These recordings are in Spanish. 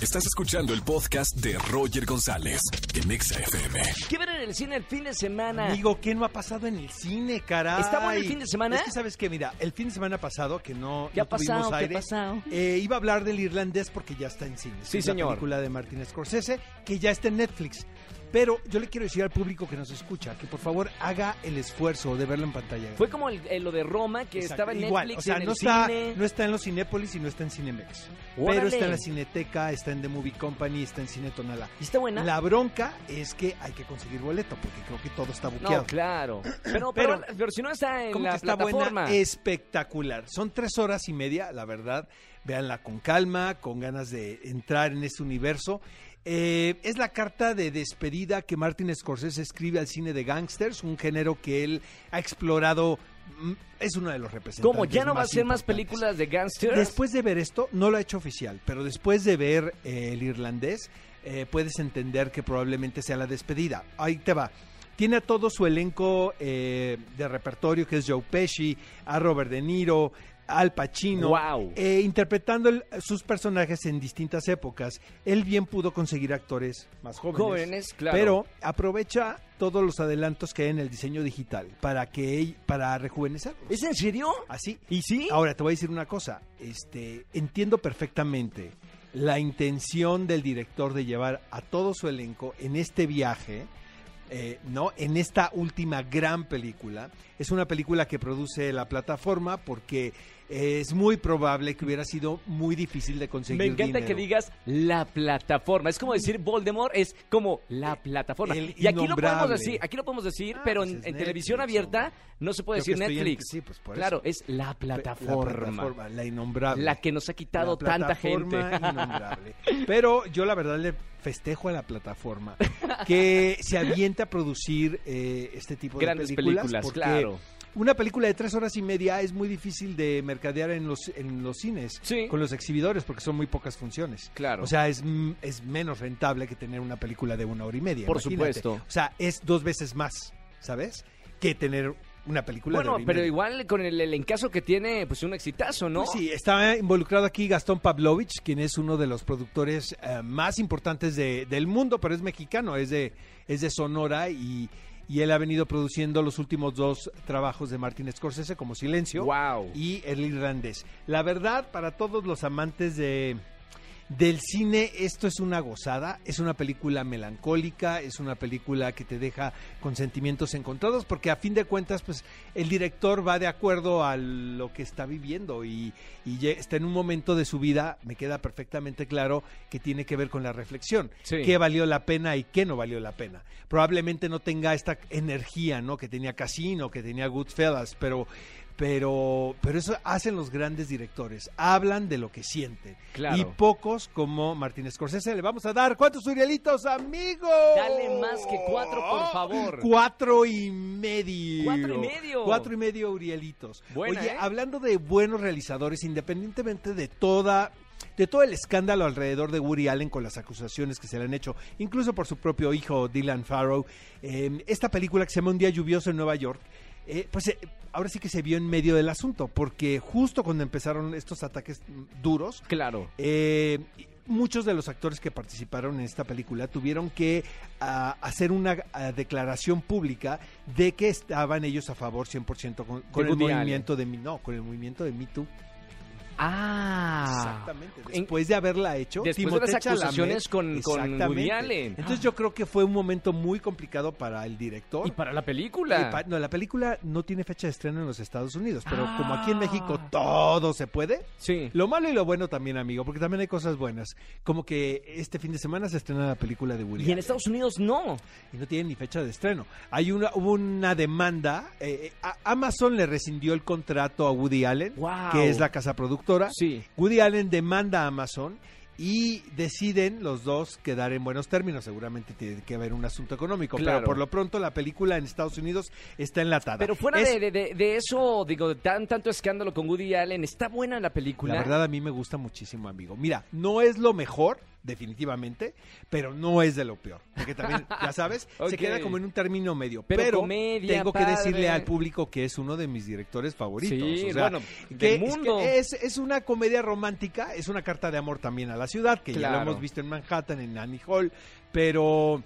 Estás escuchando el podcast de Roger González en Exa FM. ¿Qué ver en el cine el fin de semana? Digo, ¿qué no ha pasado en el cine, caray? Ah. ¿Está bueno el fin de semana? Es que, ¿sabes qué? Mira, el fin de semana pasado, que no, ¿Qué no ha pasado? tuvimos ¿Qué ha aire, pasado? eh, iba a hablar del irlandés porque ya está en cine. Sí, es señor. La película de Martin Scorsese, que ya está en Netflix. Pero yo le quiero decir al público que nos escucha que por favor haga el esfuerzo de verlo en pantalla. Fue como el- eh, lo de Roma, que Exacto, estaba en igual, Netflix, o sea, en el no, está, cine. no está en los Cinépolis y no está en Cinemex. Pero Órale. está en la Cineteca, está en The Movie Company, está en Cine Tonala. ¿Y está buena? La bronca es que hay que conseguir boleto porque creo que todo está buqueado. No, claro. Pero, pero, Pero- pero si no está en ¿Cómo la que está plataforma. buena? Espectacular. Son tres horas y media, la verdad. Véanla con calma, con ganas de entrar en este universo. Eh, es la carta de despedida que Martin Scorsese escribe al cine de gangsters, un género que él ha explorado. mm, Es uno de los representantes. ¿Cómo? ¿Ya no va a ser más importantes. películas de gangsters? Después de ver esto, no lo ha hecho oficial, pero después de ver eh, el irlandés, eh, puedes entender que probablemente sea la despedida. Ahí te va. Tiene a todo su elenco eh, de repertorio, que es Joe Pesci, a Robert De Niro, Al Pacino, Guau. eh, interpretando el- sus personajes en distintas épocas. Él bien pudo conseguir actores más jóvenes. Jóvenes, claro. Pero aprovecha todos los adelantos que hay en el diseño digital para que para rejuvenecer. ¿Es en serio? Así. ¿Y sí? ¿Ah, Ahora te voy a decir una cosa, este, entiendo perfectamente la intención del director de llevar a todo su elenco en este viaje, eh, no, en esta última gran película. Es una película que produce la plataforma porque es muy probable que hubiera sido muy difícil de conseguir. Me encanta que dinero. digas la plataforma. Es como decir Voldemort, es como la plataforma. Eh, el y aquí lo podemos innombrable. decir, aquí lo podemos decir, Ah, pero pues en, es en televisión Netflix, abierta no se puede Creo que decir estoy en- Netflix. sí, pues, por claro, eso. es la Pe- plataforma. La plataforma, la innombrable. Ah, La que nos ha quitado La tanta gente. plataforma innombrable. Pero yo la verdad le festejo a la plataforma que se avienta a producir eh, este tipo Grandes de películas. películas, porque claro. Una película de tres horas y media es muy difícil de mercadear en los, en los cines Sí. con los exhibidores porque son muy pocas funciones. Claro. O sea, es, m- es menos rentable que tener una película de una hora y media. Por imagínate. supuesto. O sea, es dos veces más, ¿sabes? Que tener una película de Bueno, hora y pero media. igual con el elencazo que tiene, pues un exitazo, ¿no? Pues sí, está involucrado aquí Gastón Pavlovich, quien es uno de los productores eh, más importantes de- del mundo, pero es mexicano, es de, es de Sonora y, y él ha venido produciendo los últimos dos trabajos de Martin Scorsese como Silencio Wow. y El Irlandés. La verdad, para todos los amantes de, del cine, esto es una gozada, es una película melancólica, es una película que te deja con sentimientos encontrados, porque a fin de cuentas, pues el director va de acuerdo a lo que está viviendo y, y ya está en un momento de su vida, me queda perfectamente claro que tiene que ver con la reflexión, Sí. qué valió la pena y qué no valió la pena. Probablemente no tenga esta energía, ¿no? Que tenía Casino, que tenía Goodfellas, pero pero, pero eso hacen los grandes directores, hablan de lo que sienten. Claro. Y pocos como Martín Scorsese le vamos a dar cuántos Urielitos, amigo. Dale más que cuatro, por favor. Cuatro y medio. Cuatro y medio. Cuatro y medio Urielitos. Buena, Oye, ¿eh? hablando de buenos realizadores, independientemente de toda de todo el escándalo alrededor de Woody Allen con las acusaciones que se le han hecho, incluso por su propio hijo Dylan Farrow, eh, esta película que se llama Un día lluvioso en Nueva York, eh, pues eh, ahora sí que se vio en medio del asunto, porque justo cuando empezaron estos ataques mm, duros, Claro. eh, muchos de los actores que participaron en esta película tuvieron que ah, hacer una ah, declaración pública de que estaban ellos a favor 100% con, con De el Woody Allen. movimiento de mi no, con el movimiento de Me Too. Ah. Exactamente. En- Después de haberla hecho, Después de Timothée las Chalamet, acusaciones con- con exactamente. Woody Allen. Entonces yo creo que fue un momento muy complicado para el director. Y para la Eh, película. pa- no, la película no tiene fecha de estreno en los Estados Unidos, pero como aquí en Ah. México todo se puede, Sí. lo malo y lo bueno también, amigo, porque también hay cosas buenas. Como que este fin de semana se estrena la película de Woody Y en Allen, Estados Unidos no. y no tiene ni fecha de estreno. Hay una, hubo una demanda. eh, eh, a- Amazon le rescindió el contrato a Woody Allen, Wow. que es la casa productora. Sí. Woody Allen demanda a Amazon y deciden los dos quedar en buenos términos. Seguramente tiene que haber un asunto económico, Claro. pero por lo pronto la película en Estados Unidos está enlatada. Pero fuera Es- de, de- de- de eso, digo, tan tanto escándalo con Woody Allen, está buena la película. La verdad a mí me gusta muchísimo, amigo. Mira, no es lo mejor, definitivamente, pero no es de lo peor. Porque también, ya sabes, Ok. se queda como en un término medio. Pero Pero, comedia, tengo que padre. decirle al público que es uno de mis directores favoritos. Sí, o sea, bueno, que del es que mundo. Es, es una comedia romántica, es una carta de amor también a la ciudad, que ya Claro. lo hemos visto en Manhattan, en Annie Hall, pero...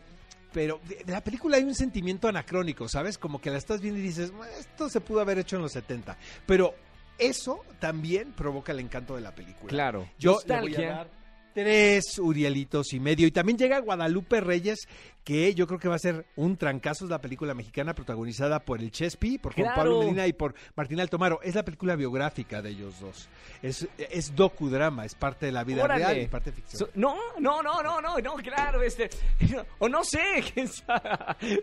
Pero de de la película hay un sentimiento anacrónico, ¿sabes? Como que la estás viendo y dices, "Bueno, esto se pudo haber hecho en los 70. Pero eso también provoca el encanto de la película. Claro. Yo le voy a Nostalgia. dar tres Urielitos y medio. Y también llega Guadalupe Reyes, que yo creo que va a ser un trancazo. Es la película mexicana protagonizada por el Chespi, por Juan ¡Claro! Pablo Medina y por Martín Altomaro. Es la película biográfica de ellos dos. Es, es docudrama, es parte de la vida Órale. real y parte ficción. So- no, no, no, no, no, no, claro, este, o no sé, quién sabe.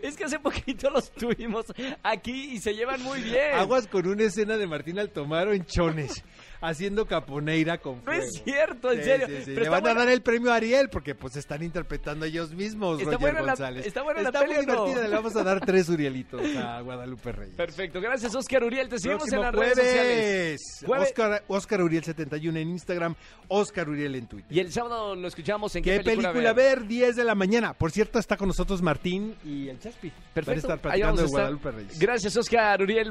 es que hace poquito los tuvimos aquí y se llevan muy bien. Aguas con una escena de Martín Altomaro en Chones, haciendo caponeira con no fuego. es cierto, en Sí, serio. sí, sí. Pero Le está van buena- a dar el premio a Ariel porque pues están interpretando ellos mismos, Está Roger buena la- González. está buena la Está peli, muy ¿o no? divertida, le vamos a dar tres Urielitos a Guadalupe Reyes. Perfecto, gracias Oscar Uriel, te seguimos Próximo en las jueves. redes sociales. Jueves. Oscar, Oscar Uriel 71 en Instagram, Oscar Uriel en Twitter. Y el sábado lo escuchamos en qué, ¿Qué, película, ver? 10 de la mañana. Por cierto, está con nosotros Martín y el Chaspi. Van a Perfecto, estar ahí vamos platicando a de estar. Guadalupe Reyes. Gracias Oscar Uriel.